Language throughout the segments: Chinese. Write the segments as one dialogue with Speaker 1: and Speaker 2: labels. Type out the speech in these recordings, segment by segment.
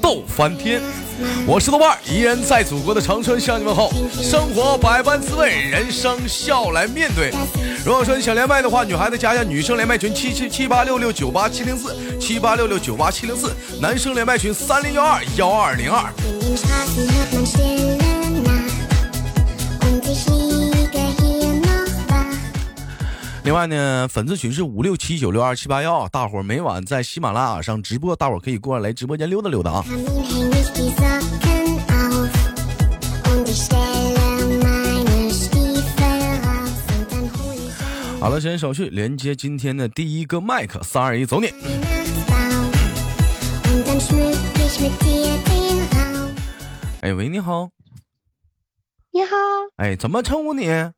Speaker 1: 逗翻天，我是豆瓣儿，依然在祖国的长春向你问好。生活百般滋味，人生笑来面对。如果说你想连麦的话，女孩子加一下女生连麦群七七七八六六九八七零四七八六六九八七零四，男生连麦群三零幺二幺二零二。
Speaker 2: in den Straßen hört man stille Nacht und ich liege hier noch wach.
Speaker 1: 另外呢，粉丝群是五六七九六二七八幺，大伙儿每晚在喜马拉雅上直播，大伙儿可以过来直播间溜达溜达啊。
Speaker 2: Kamin häng ich die Socken auf und ich stelle meine Stiefel raus und dann hol ich ein
Speaker 1: 好了，闲言少叙，连接今天的第一个麦克，三二一，走你！
Speaker 2: Weihnachtsbaum und dann schmück ich mit dir den Raum.
Speaker 1: 哎喂，你好，
Speaker 3: 你好，
Speaker 1: 哎，怎么称呼你啊？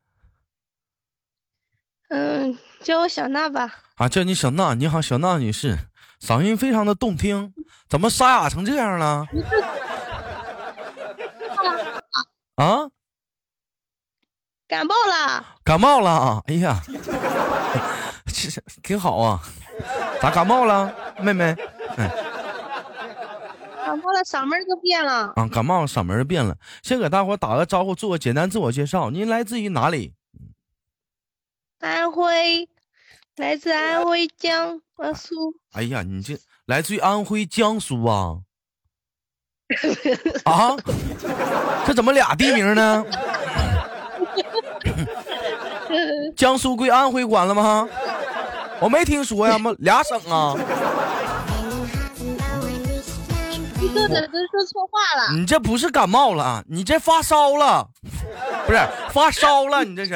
Speaker 3: 嗯，叫我小娜吧。
Speaker 1: 叫你小娜，你好，小娜女士，嗓音非常的动听，怎么沙哑成这样了？啊，
Speaker 3: 感冒啦，
Speaker 1: 感冒了啊！哎呀， 其实挺好啊，咋感冒了，妹妹？
Speaker 3: 感冒了，嗓门儿都变了。
Speaker 1: 啊，感冒嗓门儿变了。先给大伙儿打个招呼，做个简单自我介绍。您来自于哪里？
Speaker 3: 安徽，来自安徽江呃苏，
Speaker 1: 哎呀，你这来自于安徽、江苏啊？ 啊，这怎么俩地名呢？ 江苏归安徽管了吗？我没听说呀，妈俩省啊！
Speaker 2: Wenn im Hasenbau ein Lichtlein
Speaker 3: 你
Speaker 2: brennt,
Speaker 3: 这的都说错话了。
Speaker 1: 你这不是感冒了，啊你这发烧了， 不是发烧了，你这是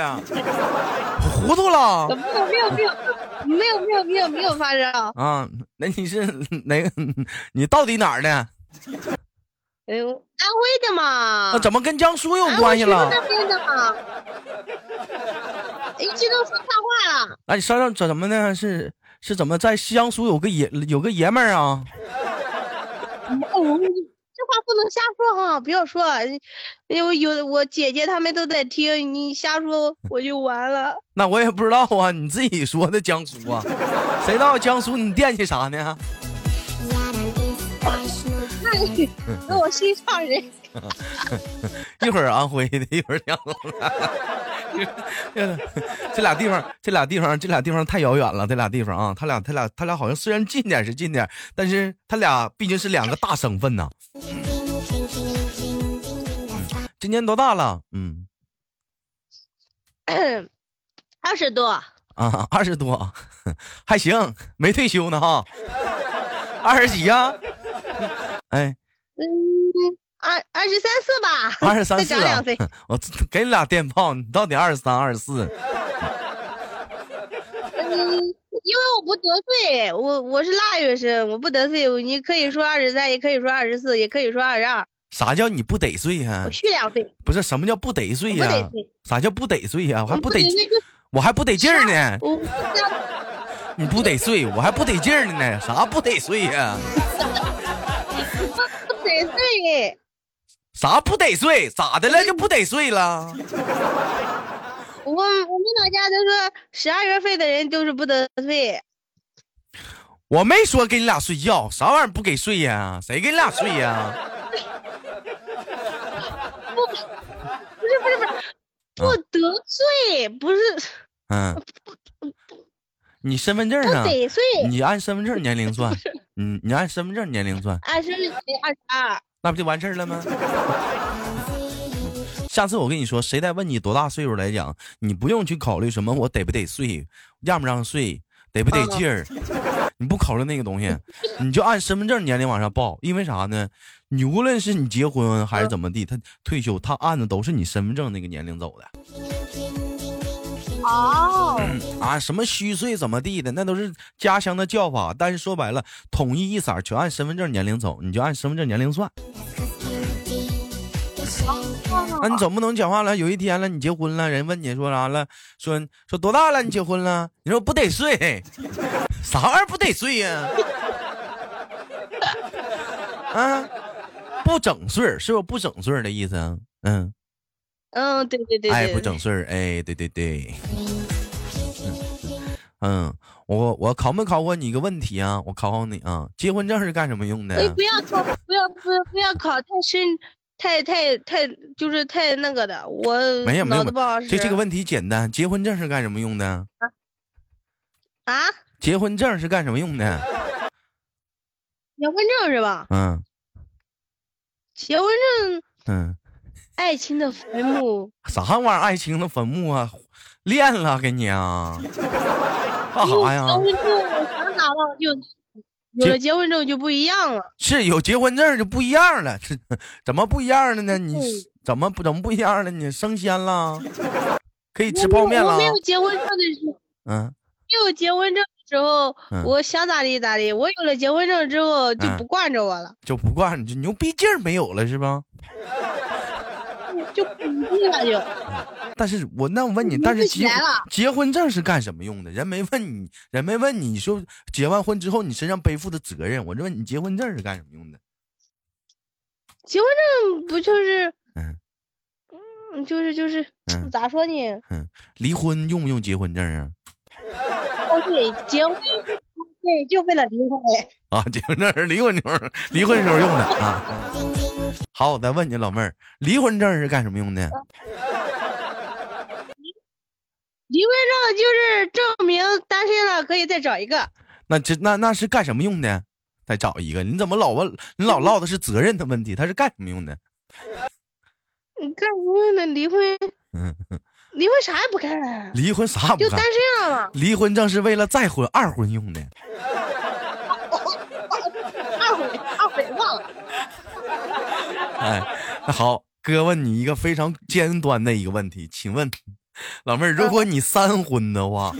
Speaker 1: 糊涂了
Speaker 3: 怎。么没有没有没有没有没有没有发烧？
Speaker 1: 啊，那你是哪个？你到底哪儿的？
Speaker 3: 哎呦，安徽的嘛
Speaker 1: 那，怎么跟江苏有
Speaker 3: 安徽
Speaker 1: 关系
Speaker 3: 徐州
Speaker 1: 了？
Speaker 3: 那边的 嘛，一激动说错话了。
Speaker 1: 那你身上怎怎么呢？是是怎么在江苏有个爷有个爷们儿啊？
Speaker 3: 哦，这话不能瞎说哈、不要说，啊因为有我姐姐她们都在听，你瞎说我就完了。
Speaker 1: 那我也不知道啊，你自己说的江苏啊，谁知道江苏你惦记啥呢？
Speaker 2: ja, dann ist er Schnupfen.
Speaker 3: 那我心上人，
Speaker 1: 一会儿安徽的，一会儿江苏的， 这俩地方，这俩地方，这俩地方太遥远了，这俩地方啊，他俩他俩他俩好像虽然近点儿是近点儿，但是他俩毕竟是两个大省份呐、
Speaker 2: Ding, ding, kling, klingeling, kling, ding, ding, das war
Speaker 1: 今年多大了？嗯
Speaker 3: 二十多，
Speaker 1: 啊，二十多，还行，没退休呢哈。二十几呀、哎，
Speaker 3: 嗯，二二十三四吧，
Speaker 1: 二十三
Speaker 3: 再
Speaker 1: 四
Speaker 3: 长
Speaker 1: 啊
Speaker 3: 两岁。！
Speaker 1: 我给你俩电炮，你到底二十三、二十四？
Speaker 3: 嗯，因为我不得岁，我我是腊月生，我不得岁，你可以说二十三，也可以说二十四，也可以说二十二，
Speaker 1: 啥叫你不得啊岁呀、
Speaker 3: 我虚两岁，
Speaker 1: 不是什么叫不得岁
Speaker 3: 我
Speaker 1: 嗯哎呀、
Speaker 3: 不得岁，
Speaker 1: 啥叫不得岁呀、我还
Speaker 3: 我
Speaker 1: 不
Speaker 3: 不
Speaker 1: 得
Speaker 3: 得，岁就
Speaker 1: 我还不得劲儿呢！
Speaker 3: 我我这样
Speaker 1: 你不得岁，我还不得劲儿呢！啥不得岁呀、
Speaker 3: 我不得岁。
Speaker 1: 啥不得岁？咋的了？就不得岁了？
Speaker 3: 我我们老家都说十二月份的人就是不得睡，
Speaker 1: 我没说给你俩睡觉，啥玩意儿不给睡呀、谁给你俩睡呀、
Speaker 3: 不是不是不是，不得睡，不是
Speaker 1: 嗯，你身份证
Speaker 3: 不
Speaker 1: 上，
Speaker 3: 得睡，
Speaker 1: 啊你按身份证年龄 算，嗯，你按身份证年龄算，
Speaker 3: 二十二十二，
Speaker 1: 那不就完事儿了吗？下次我跟你说，谁再问你多大岁数来讲，你不用去考虑什么我得不得睡，让不让睡，得不得劲儿，你不考虑那个东西，你就按身份证年龄往上报，因为啥呢？你无论是你结婚还是怎么地，他退休，他按的都是你身份证那个年龄走的。
Speaker 2: Klingeling, kling, ding, ding, kling.
Speaker 3: 哦，
Speaker 1: 啊，什么虚岁怎么地的，那都是家乡的叫法。但是说白了，统一一色儿，全按身份证年龄走，你就按身份证年龄算。
Speaker 2: Das Christkind, die
Speaker 3: 哦
Speaker 1: 那你总不能讲话了，有一天了，你结婚了，人问你说啥了，说说多大了，你结婚了，你说不得睡， 啥玩意儿不得睡呀、 啊？不整岁儿是不是不整岁儿的意思啊？嗯，
Speaker 3: 嗯，对对对对，
Speaker 1: 哎，不整岁儿，哎，对对对，嗯，我我考没考过你一个问题啊？我考考你啊，结婚证是干什么用的？啊
Speaker 3: 哎，不要考，不要不要不要考太深，太太太就是太那个的，我
Speaker 1: 没有没
Speaker 3: 脑
Speaker 1: 有
Speaker 3: 子不好，使。
Speaker 1: 这这个问题简单，结婚证是干什么用的？
Speaker 3: 啊，
Speaker 1: 结婚证是干什么用的？
Speaker 3: 结婚证是吧？
Speaker 1: 嗯
Speaker 3: 结婚证，
Speaker 1: 嗯，
Speaker 3: 爱情的坟墓，
Speaker 1: 啥玩意儿？爱情的坟墓啊，练了给你 啊？干啥啊哎呀
Speaker 3: 结？婚证我想拿了就有了结婚证就不一样了。
Speaker 1: 是有结婚证就不一样了，是怎么不一样了呢？你是怎么不怎么不一样了？你升仙 了？可以吃泡面
Speaker 3: 我
Speaker 1: 了
Speaker 3: 没？有结婚证的时候，
Speaker 1: 嗯，
Speaker 3: 没有结婚证的时候，
Speaker 1: 嗯
Speaker 3: 我想咋地咋地。我有了结婚证之后就
Speaker 1: 嗯
Speaker 3: 不惯着我了，
Speaker 1: 就不挂你，就牛逼劲儿没有了是吧？
Speaker 3: 就不一样就。
Speaker 1: 但是我那我问你，
Speaker 3: 你
Speaker 1: 但是
Speaker 3: 不
Speaker 1: 结
Speaker 3: 学了
Speaker 1: 结婚证是干什么用的？人没问你，人没问你说结完婚之后你身上背负的责任，我就问你结婚证是干什么用的？
Speaker 3: 结婚证不就是，
Speaker 1: 嗯
Speaker 3: 嗯，就是就是
Speaker 1: 嗯，
Speaker 3: 咋说呢？
Speaker 1: 离婚用不用结婚证啊？
Speaker 3: 哦，对，结婚，对，就为了离婚。
Speaker 1: 啊， 结婚证是离婚时候离婚时候用的啊。好，我再问你老妹儿，离婚证是干什么用的？
Speaker 3: 离婚证就是证明单身了可以再找一个，
Speaker 1: 那这那那是干什么用的？再找一个，你怎么老问？你老唠的是责任的问题，它是干什么用的？
Speaker 3: 你干什么呢？离婚，
Speaker 1: 嗯，
Speaker 3: 离婚啥也不干，啊
Speaker 1: 离婚啥不
Speaker 3: 就
Speaker 1: 干
Speaker 3: 单？身了嘛。
Speaker 1: 离婚证是为了再婚、二婚用的。
Speaker 3: 二悔，二悔忘了。
Speaker 1: 哎，那好，哥问你一个非常尖端的一个问题，请问，老妹儿，如果你三婚的话，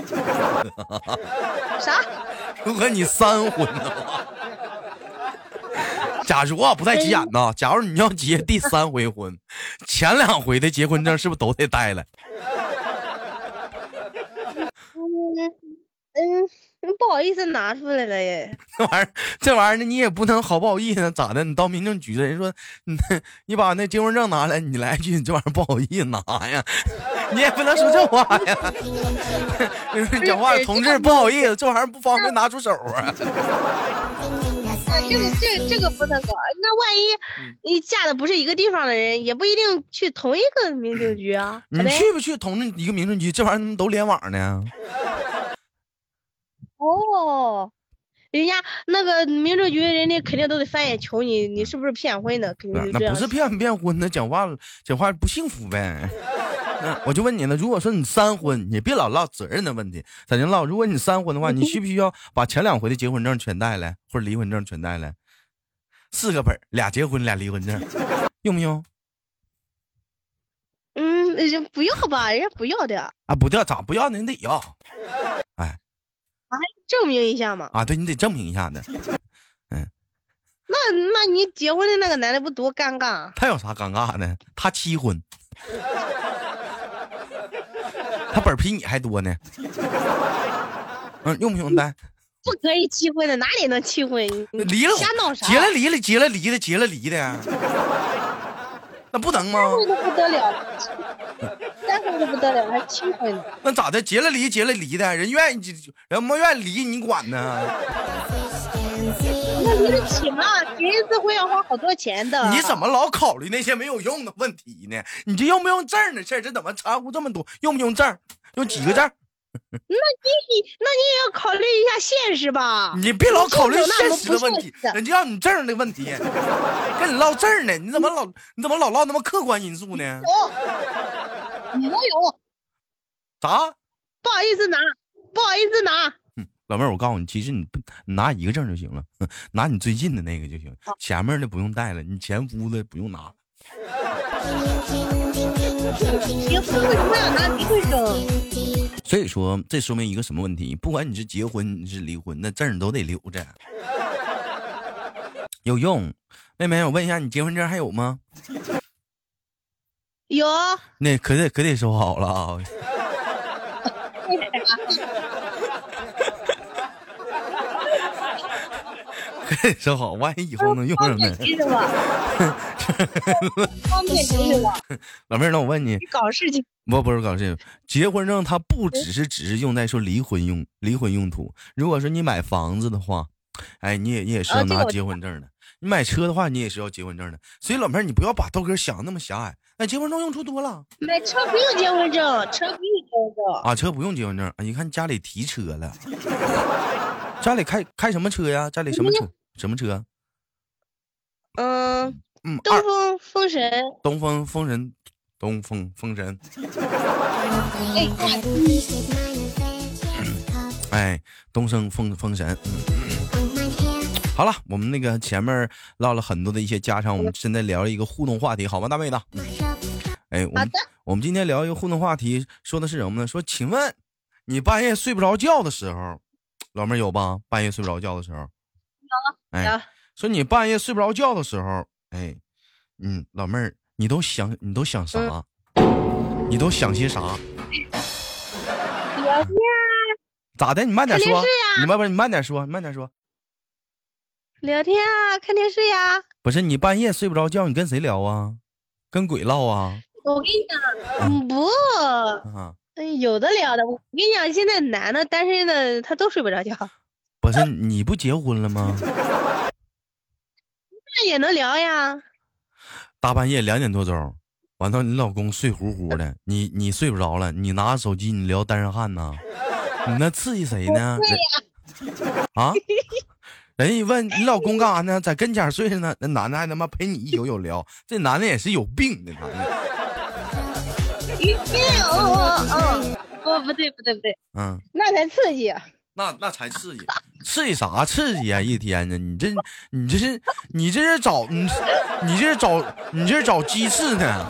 Speaker 3: 啥？
Speaker 1: 如果你三婚的话， 假如啊，不带急眼呐，假如你要结第三回婚，前两回的结婚证是不是都得带了？
Speaker 3: 嗯嗯，不好意思拿出来了耶。
Speaker 1: 这玩意儿，这玩意儿呢，你也不能好不好意思咋的？你到民政局了，人说 你你把那结婚证拿来，你来一句你这玩意儿不好意思拿呀， 你也不能说这话呀。 讲话，同志不好意思，这玩意儿不方便拿出手啊。
Speaker 3: 这个这个、这个不能搞，那万
Speaker 1: 嗯
Speaker 3: 一你嫁的不是一个地方的人，也不一定去同一个民政局啊。
Speaker 1: 你
Speaker 3: 好呗
Speaker 1: 去不去同志一个民政局？这玩意儿都联网呢。
Speaker 3: 哦，人家那个民政局，人家肯定都得翻眼求你，你是不是骗婚的？肯定就这
Speaker 1: 那
Speaker 3: 样
Speaker 1: 不是
Speaker 3: 想。
Speaker 1: 骗不骗婚的，讲话讲话不幸福呗。 那我就问你了，如果说你三婚，你别老唠责任的问题，咱就唠。如果你三婚的话，你需不需要把前两回的结婚证全带来，或者离婚证全带来？四个本儿，俩结婚，俩离婚证，用不用？
Speaker 3: 嗯，人不要吧，人家不要的，
Speaker 1: 啊，不要咋不要呢？你得要
Speaker 3: 证明一下嘛。
Speaker 1: 啊！对你得证明一下呢。
Speaker 3: 那那你结婚的那个男的不多尴尬啊？
Speaker 1: 他有啥尴尬的？他七婚，他本儿比你还多呢。嗯，用不用带？
Speaker 3: 不可以气婚的，哪里能气婚？你
Speaker 1: 离了，
Speaker 3: 嗯瞎闹啥？
Speaker 1: 结了离了，结了离了，结了离的， 那不能吗？
Speaker 3: 婚都不得了了， 三婚都不得了了，还七婚呢？
Speaker 1: 那咋的？结了离，结了离的，人愿意就，人不愿意离，你管呢？
Speaker 3: 那离得起吗？结一次婚要花好多钱的。
Speaker 1: 你怎么老考虑那些没有用的问题呢？你这用不用证儿的事儿，这怎么掺和这么多？用不用证儿？用几个证儿？
Speaker 3: 你那你也要考虑一下现实吧。
Speaker 1: 你别老考虑现实的问
Speaker 3: 你
Speaker 1: 题
Speaker 3: 这种那不，是
Speaker 1: 人家让你证儿的问题，跟你唠证儿呢？你怎么老你怎么老唠那么客观因素
Speaker 3: 嗯
Speaker 1: 呢？
Speaker 3: 你都有，
Speaker 1: 啥？
Speaker 3: 不好意思拿，不好意思拿。
Speaker 1: 老妹儿，我告诉你，其实你不你拿一个证就行了， 拿你最近的那个就行，前面的不用带了，你前夫的不用拿了。
Speaker 3: 结婚为什么要拿离婚证？
Speaker 1: 所以说，这说明一个什么问题？不管你是结婚你是离婚，那证儿都得留着， 有用。妹妹，我问一下，你结婚证还有吗？
Speaker 3: 有，啊
Speaker 1: 那可得可得收好了啊！ 可得收好，万一以后能用上
Speaker 3: 方
Speaker 1: 呢
Speaker 3: 便。提 什么？方便提什么？
Speaker 1: 老妹儿，那我问你，
Speaker 3: 你搞事情，
Speaker 1: 不不是搞这个，结婚证它不
Speaker 3: 嗯
Speaker 1: 只是只是用在说离婚用离婚用途。如果说你买房子的话，哎，你也你也是要
Speaker 3: 啊这个
Speaker 1: 拿
Speaker 3: 我
Speaker 1: 结婚证的；你买车的话，你也是要结婚证的。所以老妹儿，你不要把豆哥想那么狭隘。哎，结婚证用处多了。
Speaker 3: 买车不用结婚证，车不用结婚证。
Speaker 1: 啊，车不用结婚证啊！一看家里提车 了，家里开开什么车呀？家里什么车？什么车？啊
Speaker 3: 嗯，
Speaker 1: 嗯，
Speaker 3: 东
Speaker 1: 二
Speaker 3: 风风神，
Speaker 1: 东风风神，东风风神。哎，东升风风神。好了，我们那个前面唠了很多的一些家常，我们现在聊一个互动话题，好吗，大妹子？哎，我
Speaker 3: 好
Speaker 1: 们
Speaker 3: 的
Speaker 1: 我们今天聊一个互动话题，说的是什么呢？说，请问你半夜睡不着觉的时候，老妹儿有吧？半夜睡不着觉的时候，哎
Speaker 3: 有
Speaker 1: 说你半夜睡不着觉的时候，哎，嗯，老妹儿，你都想你都想啥？
Speaker 3: 嗯
Speaker 1: 你都想些啥？
Speaker 3: 我
Speaker 1: 咋的？你慢点
Speaker 3: 看电
Speaker 1: 说，
Speaker 3: 视啊
Speaker 1: 你慢不是你慢点说，你慢点说。
Speaker 3: 聊天啊，看电视呀、
Speaker 1: 不是你半夜睡不着觉，你跟谁聊啊？跟鬼唠啊？
Speaker 3: 我跟你讲，嗯不，
Speaker 1: 啊，
Speaker 3: 嗯有的聊的。我跟你讲，现在男的单身的他都睡不着觉，
Speaker 1: 不是你不结婚了吗？
Speaker 3: 那也能聊呀。
Speaker 1: 大半夜两点多钟，完到你老公睡呼呼的，你你睡不着了，你拿手机你聊单身汉呐？你那刺激谁呢？人啊？人家一问你老公干啥呢？在跟前睡着呢，那男的还他妈陪你一宿宿聊，这男的也是有病的男的。
Speaker 3: 哦哦哦，哦 不对不对不对，
Speaker 1: 嗯，
Speaker 3: 那才刺激。啊
Speaker 1: 那那才刺激，刺激啥刺激啊？一天呢，你这你这是你这是找你你这是找你这是找鸡翅呢？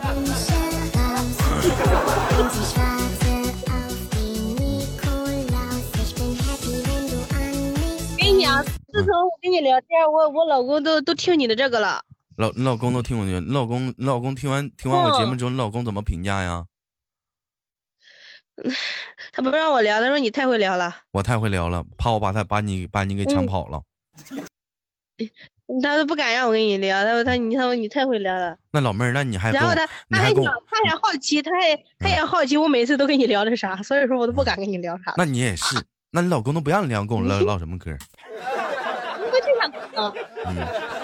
Speaker 3: 跟你讲，自从我跟你聊天，我我老公都都听你的这个了。
Speaker 1: 老你老公都听我的，你老公你老公听完听完我
Speaker 3: 嗯
Speaker 1: 节目之后，你老公怎么评价呀？
Speaker 3: 他不让我聊，他说你太会聊了，
Speaker 1: 我太会聊了，怕我把他把你把你给
Speaker 3: 嗯
Speaker 1: 抢跑了。
Speaker 3: 他都不敢让我跟你聊。他说他你他说你太会聊了。
Speaker 1: 那老妹儿，那你还跟
Speaker 3: 然后
Speaker 1: 我
Speaker 3: 他
Speaker 1: 哎你
Speaker 3: 他
Speaker 1: 还
Speaker 3: 还
Speaker 1: 跟
Speaker 3: 想
Speaker 1: 我，
Speaker 3: 他也好奇，他也他也好奇我每次都跟你聊的啥，所以说我都不敢跟你聊啥。
Speaker 1: 那你也是，那你老公都不让你聊，跟我唠唠什么嗑？
Speaker 3: 我嗯就想啊，
Speaker 1: 嗯，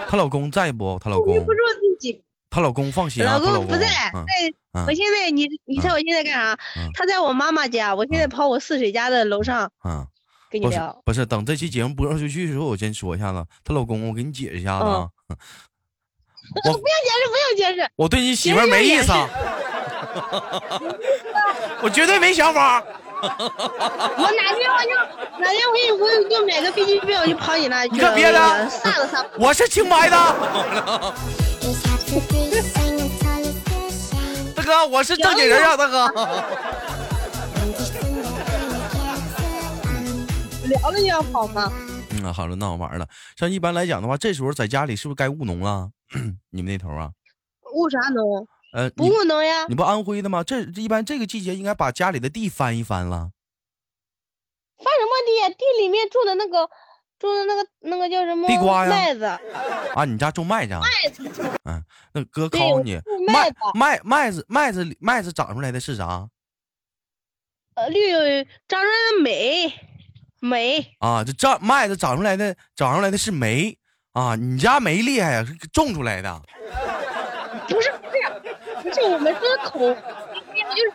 Speaker 1: 她老公在不？她老
Speaker 3: 控制
Speaker 1: 公
Speaker 3: 不，住自己。
Speaker 1: 她老公放心啊，
Speaker 3: 老
Speaker 1: 她老公
Speaker 3: 公不在，
Speaker 1: 嗯
Speaker 3: 在、
Speaker 1: 嗯
Speaker 3: 我现在你你猜我现在干啥？啊
Speaker 1: 嗯
Speaker 3: 他在我妈妈家，我现在跑我四婶家的楼上
Speaker 1: 嗯，
Speaker 3: 跟你
Speaker 1: 不是
Speaker 3: 聊。
Speaker 1: 不是，等这期节目播上出去的时候，我先说一下子，她老公，我给你解释一下子
Speaker 3: 嗯
Speaker 1: 啊，我
Speaker 3: 不要解释，不要解释，
Speaker 1: 我对你媳妇儿没意思啊， 我绝对没想法。
Speaker 3: 我哪天我就哪天我给你我就买个飞机票，我就跑你那去了。
Speaker 1: 你可别的
Speaker 3: 我跟你讲散了散了。
Speaker 1: 我是清白的，大哥，我是正经人啊，大哥。
Speaker 3: 聊了就要跑吗？
Speaker 1: 嗯，啊好了，那我玩了。像一般来讲的话，这时候在家里是不是该务农了？ 你们那头啊？
Speaker 3: 务啥农？
Speaker 1: 呃，
Speaker 3: 不
Speaker 1: 你
Speaker 3: 务农呀
Speaker 1: 你。不安徽的吗？这一般这个季节应该把家里的地翻一翻了。
Speaker 3: 翻什么地？地里面种的那个，种的那个那个叫什么？
Speaker 1: 地瓜呀
Speaker 3: 麦子。
Speaker 1: 啊，你家种麦子？啊？嗯，那哥
Speaker 3: 对
Speaker 1: 考考
Speaker 3: 我
Speaker 1: 你，
Speaker 3: 种
Speaker 1: 麦
Speaker 3: 麦
Speaker 1: 麦麦子麦子里麦子长出来的是啥
Speaker 3: 呃，绿长着美美，
Speaker 1: 啊？这长麦子长出来的长出来的是煤啊？你家煤厉害呀、是种出来的。啊
Speaker 3: 不是不是，不是我们这口，就是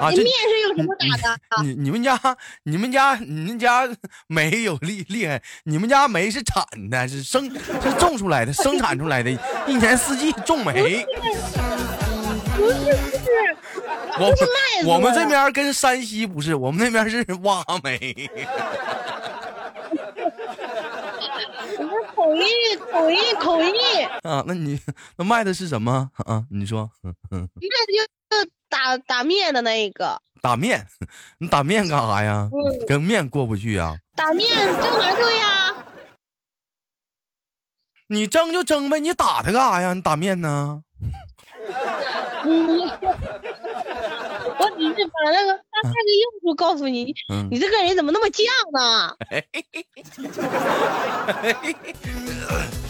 Speaker 1: 啊
Speaker 3: 你
Speaker 1: 这
Speaker 3: 面是用什么打的啊？
Speaker 1: 你你们家你们家你们家煤有厉厉害，你们家煤是产的，是生是种出来的，生产出来的，一年四季种煤。
Speaker 3: 不是不是，
Speaker 1: 嗯我
Speaker 3: 麦子
Speaker 1: 我们这边跟山西不是，我们那边是挖煤。
Speaker 3: 我们口音口音口音，
Speaker 1: 啊，那你那卖的是什么啊？你说
Speaker 3: 那就打打面的那一个，
Speaker 1: 打面，你打面干啥呀？
Speaker 3: 嗯
Speaker 1: 跟面过不去啊？
Speaker 3: 打面蒸馒头呀，
Speaker 1: 你蒸就蒸呗，你打它干啥呀？你打面呢？
Speaker 3: 嗯，我 我只是把那个大概的用处告诉你。
Speaker 1: 嗯
Speaker 3: 你这个人怎么那么犟呢？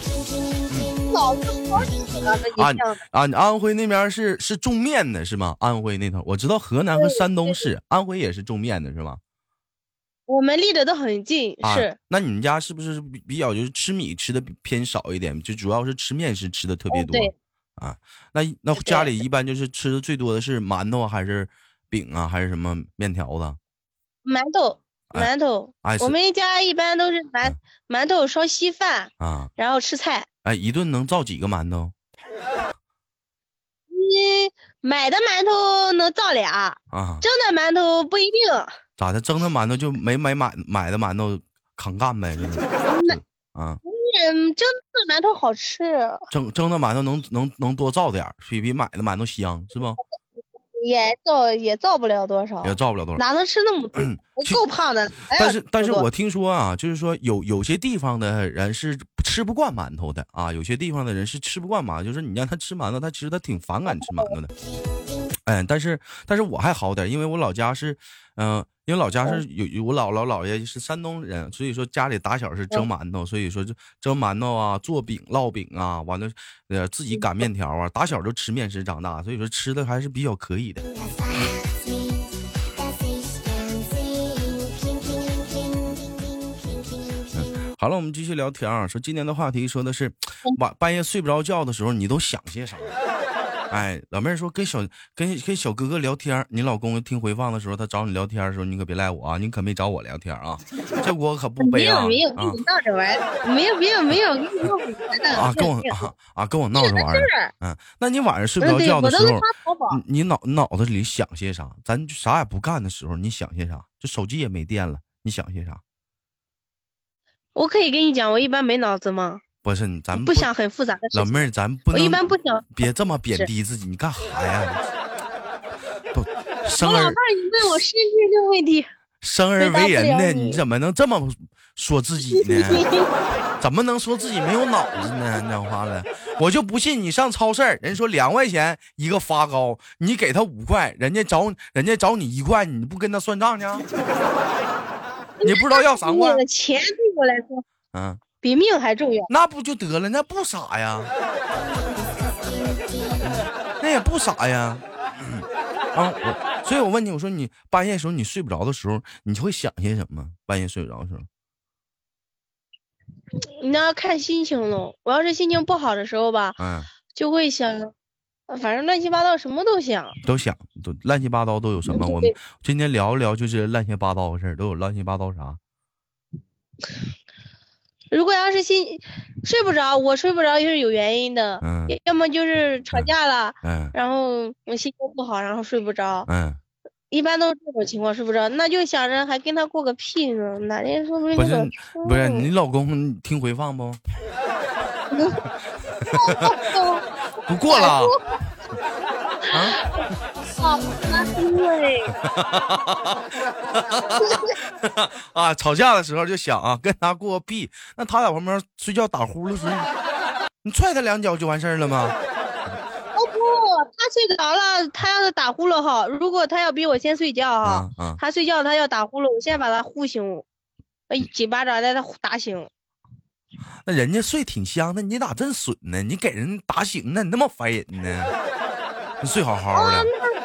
Speaker 3: 老子好几次了，那
Speaker 1: 啊
Speaker 3: 你犟的。
Speaker 1: 啊，你安徽那边是是种面的是吗？安徽那头我知道，河南和山东是，安徽也是种面的是吗？
Speaker 3: 我们离得都很近，
Speaker 1: 啊
Speaker 3: 是，
Speaker 1: 那你们家是不是比比较就是吃米吃的偏少一点，就主要是吃面是吃的特别
Speaker 3: 哦
Speaker 1: 多？
Speaker 3: 对
Speaker 1: 啊，那那
Speaker 3: 对
Speaker 1: 家里一般就是吃的最多的是馒头啊还是饼啊，还是什么面条子啊？
Speaker 3: 馒头，
Speaker 1: 哎
Speaker 3: 馒头。
Speaker 1: 哎
Speaker 3: 我
Speaker 1: 是
Speaker 3: 们一家一般都是馒馒头烧稀饭，
Speaker 1: 啊，
Speaker 3: 然后吃菜。
Speaker 1: 哎，一顿能造几个馒头
Speaker 3: 你买的馒头能造俩，
Speaker 1: 啊？
Speaker 3: 蒸的馒头不一定。
Speaker 1: 咋的？蒸的馒头就没买买买的馒头扛干呗？就是 啊，
Speaker 3: 嗯，蒸的馒头好吃，
Speaker 1: 蒸蒸的馒头能能能多造点儿，比比买的馒头香是不？
Speaker 3: 也造也造不了多少，
Speaker 1: 也造不了多少。
Speaker 3: 哪能吃那么多？我
Speaker 1: 其
Speaker 3: 够胖的。哪有
Speaker 1: 但是但是
Speaker 3: 这哎么
Speaker 1: 我
Speaker 3: 多
Speaker 1: 听说啊，就是说有有些地方的人是吃不惯馒头的啊，有些地方的人是吃不惯馒头，就是你让他吃馒头，他其实他挺反感吃馒头的。嗯，但是但是我还好点儿，因为我老家是，嗯、因为老家是有有我姥姥姥爷是山东人，所以说家里打小是蒸馒头，所以说就蒸馒头啊，做饼烙饼啊，完了呃自己擀面条啊，打小就吃面食长大，所以说吃的还是比较可以的。
Speaker 2: Das macht's nicht, dass ich gern sing. Kling, klingeling, kling, kling, kling, kling, klingeling, kling.
Speaker 1: 好了，我们继续聊天啊。说今天的话题说的是
Speaker 3: 嗯
Speaker 1: 晚半夜睡不着觉的时候，你都想些啥？哎，老妹儿说跟小跟跟小哥哥聊天儿，你老公听回放的时候，他找你聊天的时候，你可别赖我啊，你可没找我聊天 啊，这我可不
Speaker 3: 没
Speaker 1: 背啊
Speaker 3: 有没有，跟
Speaker 1: 啊
Speaker 3: 你闹着玩儿，没有没有没有，跟你闹着玩的。
Speaker 1: 啊，跟我
Speaker 3: 没有
Speaker 1: 啊啊跟我闹着玩儿
Speaker 3: 事，儿，
Speaker 1: 嗯，那你晚上睡不
Speaker 3: 嗯
Speaker 1: 着
Speaker 3: 对
Speaker 1: 觉的
Speaker 3: 我
Speaker 1: 时
Speaker 3: 都跟
Speaker 1: 候嗯
Speaker 3: 他，淘宝。
Speaker 1: 你你脑脑子里想些啥？咱就啥也不干的时候，你想些啥？这手机也没电了，你想些啥？
Speaker 3: 我可以跟你讲，我一般没脑子吗？
Speaker 1: 不是，咱们
Speaker 3: 不想很复杂的事
Speaker 1: 老
Speaker 3: 情。
Speaker 1: 妹儿，咱不
Speaker 3: 我
Speaker 1: 能
Speaker 3: 一般不想
Speaker 1: 别这么贬
Speaker 3: 是
Speaker 1: 低自己，你干啥呀？不，生
Speaker 3: 我老
Speaker 1: 而
Speaker 3: 伴儿，你问我身世这个问题，
Speaker 1: 生而
Speaker 3: 回答
Speaker 1: 为
Speaker 3: 不
Speaker 1: 人
Speaker 3: 了
Speaker 1: 呢，
Speaker 3: 你
Speaker 1: 你怎么能这么说自己 呢？怎么能说自己没有脑子呢？你讲话了，我就不信你上超市儿，人说两块钱一个发糕，你给他五块，人家找人家找你一块，你不跟他算账去？啊 你不知道要三
Speaker 3: 你
Speaker 1: 块？
Speaker 3: 的钱对我来说
Speaker 1: 嗯，
Speaker 3: 比命还重要。
Speaker 1: 那不就得了？那不傻呀？那也不傻呀。啊，我，所以我问你，我说你半夜时候你睡不着的时候，你会想些什么？半夜睡不着的时候，
Speaker 3: 那要看心情喽。我要是心情不好的时候吧，
Speaker 1: 嗯，
Speaker 3: 就会想，呃反正乱七八糟什么都想。
Speaker 1: 都想都乱七八糟都有什么？我们今天聊一聊就是乱七八糟的事儿，都有乱七八糟啥？
Speaker 3: 如果要是心睡不着，我睡不着也是有原因的，
Speaker 1: 嗯
Speaker 3: 也要么就是吵
Speaker 1: 嗯
Speaker 3: 架了，
Speaker 1: 嗯
Speaker 3: 然后我心情不好，然后睡不着，
Speaker 1: 嗯，
Speaker 3: 一般都是这种情况睡不着。那就想着还跟他过个屁呢，哪天说不定
Speaker 1: 不
Speaker 3: 那
Speaker 1: 是
Speaker 3: 个
Speaker 1: 不是，你老公听回放 不？不过
Speaker 3: 哎
Speaker 1: 了，
Speaker 3: 好难过哎。
Speaker 1: 啊，吵架的时候就想啊，跟他过个屁，那他在旁边睡觉打呼噜时候，你踹他两脚就完事儿了吗？
Speaker 3: 哦不，他睡着了，他要是打呼噜哈，如果他要比我先睡觉哈
Speaker 1: 啊，啊
Speaker 3: 他睡觉他要打呼噜，我先把他呼醒，哎，几巴掌再他打醒。
Speaker 1: 那人家睡挺香的，你咋真损呢？你给人打醒呢，你那么烦人呢？你睡好好的，
Speaker 3: 那我天天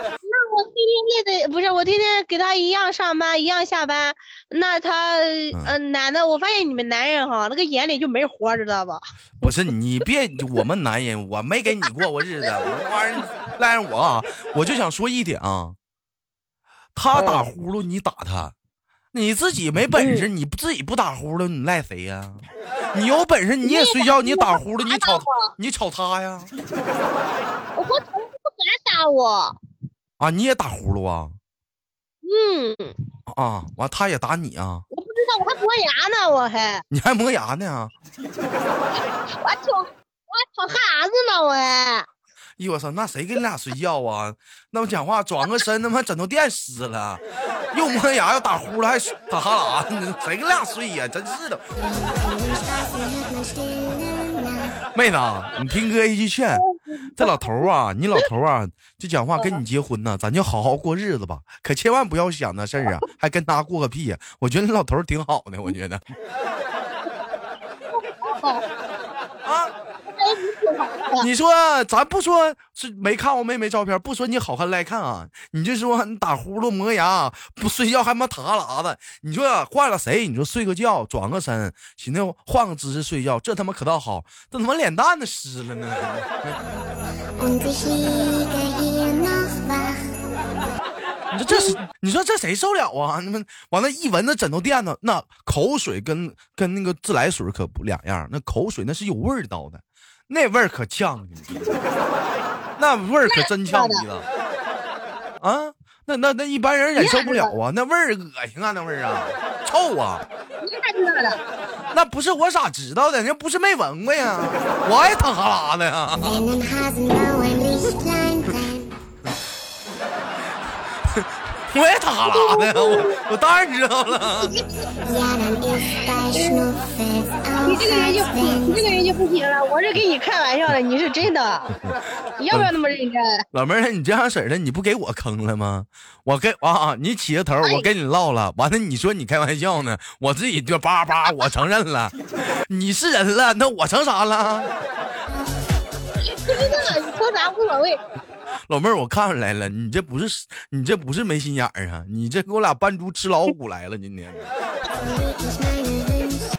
Speaker 3: 累的不是，我天天给他一样上班一样下班，那他呃男的，我发现你们男人哈，那个眼里就没活儿，知道吧？
Speaker 1: 不是你别我们男人，我没给你过过日子，我那玩意儿赖上我啊！我就想说一点啊，他打呼噜你打他，你自己没本事，你不自己不打呼噜，你赖谁呀、你有本事你也睡觉，你打呼噜，你吵你吵他呀？
Speaker 3: 我从来不敢打我，
Speaker 1: 啊，你也打呼噜啊？
Speaker 3: 嗯，
Speaker 1: 啊，完他也打你啊？
Speaker 3: 我不知道，我还磨牙呢，我还，
Speaker 1: 你还磨牙呢？啊
Speaker 3: 我还挑，我还挑哈喇子呢，我还。
Speaker 1: 哎呦我操，那谁跟你俩睡觉啊？那么讲话转个身，他妈枕头垫湿了，又磨牙又打呼噜，还打哈喇子，谁跟俩睡呀、真是的，
Speaker 2: Auf der Straße hört man stille Nacht.
Speaker 1: 妹子啊，你听哥一句劝，这老头儿啊，你老头儿啊，这讲话跟你结婚呢，咱就好好过日子吧，可千万不要想那事儿啊，还跟他过个屁呀、我觉得你老头儿挺好的，我觉得。啊，你说咱不说是没看过妹妹照片，不说你好看赖看啊，你就说你打呼噜磨牙，不睡觉还妈塌拉的，你说、换了谁？你说睡个觉转个身，寻思换个姿势睡觉，这他妈可倒好，这他妈脸蛋子湿了呢。
Speaker 2: Und ich liege hier noch wach.
Speaker 1: 你说这是，你说这谁受了啊？你们完了，一闻那枕头垫子，那口水跟跟那个自来水可不两样，那口水那是有味儿道的，那味儿可呛你，那味儿可真呛你了。啊，那那那一般人忍受不了啊，那味儿恶心啊，那味儿啊，臭啊，
Speaker 3: 你咋知道的？
Speaker 1: 那不是我咋知道的？那不是没闻过呀，我还淌哈喇的呀。
Speaker 2: Wenn im Hasenbau ein Lichtlein brennt.
Speaker 1: 我也淌哈喇的呀，我我当然知道了。
Speaker 2: Ja, dann ist bei Schnuffels auch
Speaker 3: 你这个人就不，你
Speaker 2: Advent.
Speaker 3: 这个人就不行了。我是跟你开玩笑的，你是真的。你要不要那么认真？
Speaker 1: 老妹儿，你这样式儿的，你不给我坑了吗？我跟啊，你起个头，我跟你唠了，完了你说你开玩笑呢，我自己就叭叭，我承认了， 你是人了，那我成啥了？
Speaker 3: 真的，你说啥无所谓。
Speaker 1: 老妹儿，我看出来了，你这不是你这不是没心眼儿啊，你这给我俩扮猪吃老虎来了，今天
Speaker 2: Leg ich meine Wünsche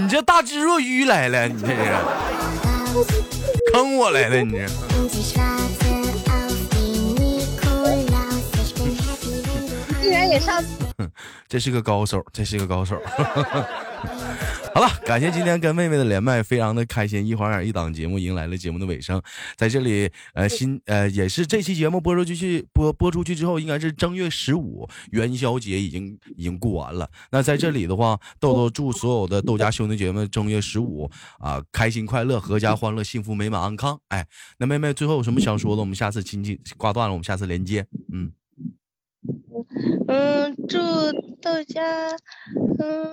Speaker 1: 你这大智若愚来了，你这是
Speaker 2: raus.
Speaker 1: 坑我来了，你这
Speaker 2: Und ich warte auf den Nikolaus. Ich bin happy, wenn du
Speaker 3: 竟然也上
Speaker 1: 这是个高手，这是个高手。 好了，感谢今天跟妹妹的连麦，非常的开心。一晃眼，一档节目迎来了节目的尾声，在这里，
Speaker 3: 嗯
Speaker 1: 呃，新呃也是这期节目播出去去播播出去之后，应该是正月十五元宵节已经已经过完了。那在这里的话，豆豆祝所有的豆家兄弟姐妹正月十五啊、开心快乐，阖家欢乐，幸福美满安康。哎，那妹妹最后有什么想说的？我们下次亲戚挂断了，我们下次连接。嗯，
Speaker 3: 嗯，祝豆家，嗯，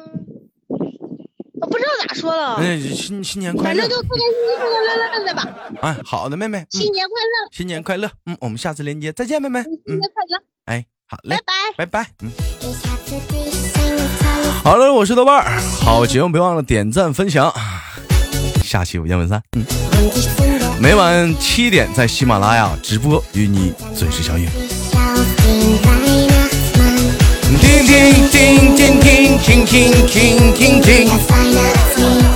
Speaker 3: 我不知道咋说了，
Speaker 1: 那新新年快
Speaker 3: 哦反
Speaker 1: 乐
Speaker 3: 正，就祝他新年快乐乐乐乐吧，
Speaker 1: 哎，好的，妹妹。嗯
Speaker 3: 新年快乐，
Speaker 1: 新年快乐！嗯，我们下次连接再见，妹妹。
Speaker 3: 新
Speaker 1: 嗯，
Speaker 3: 年快乐，
Speaker 1: 哎，好嘞拜
Speaker 3: 拜，拜。
Speaker 1: 拜。嗯，
Speaker 2: Ich hab für dich ein tolles
Speaker 1: 好了，我是豆瓣儿，好节目别忘了点赞分享，下期不见不散。嗯，
Speaker 2: und ich zünde
Speaker 1: 每晚七点在喜马拉雅直播与你准时相遇。
Speaker 2: dich auf den Weihnachtsmann.
Speaker 1: 嗯叮叮叮叮叮叮叮叮叮叮。
Speaker 2: Das Weihnachtslied.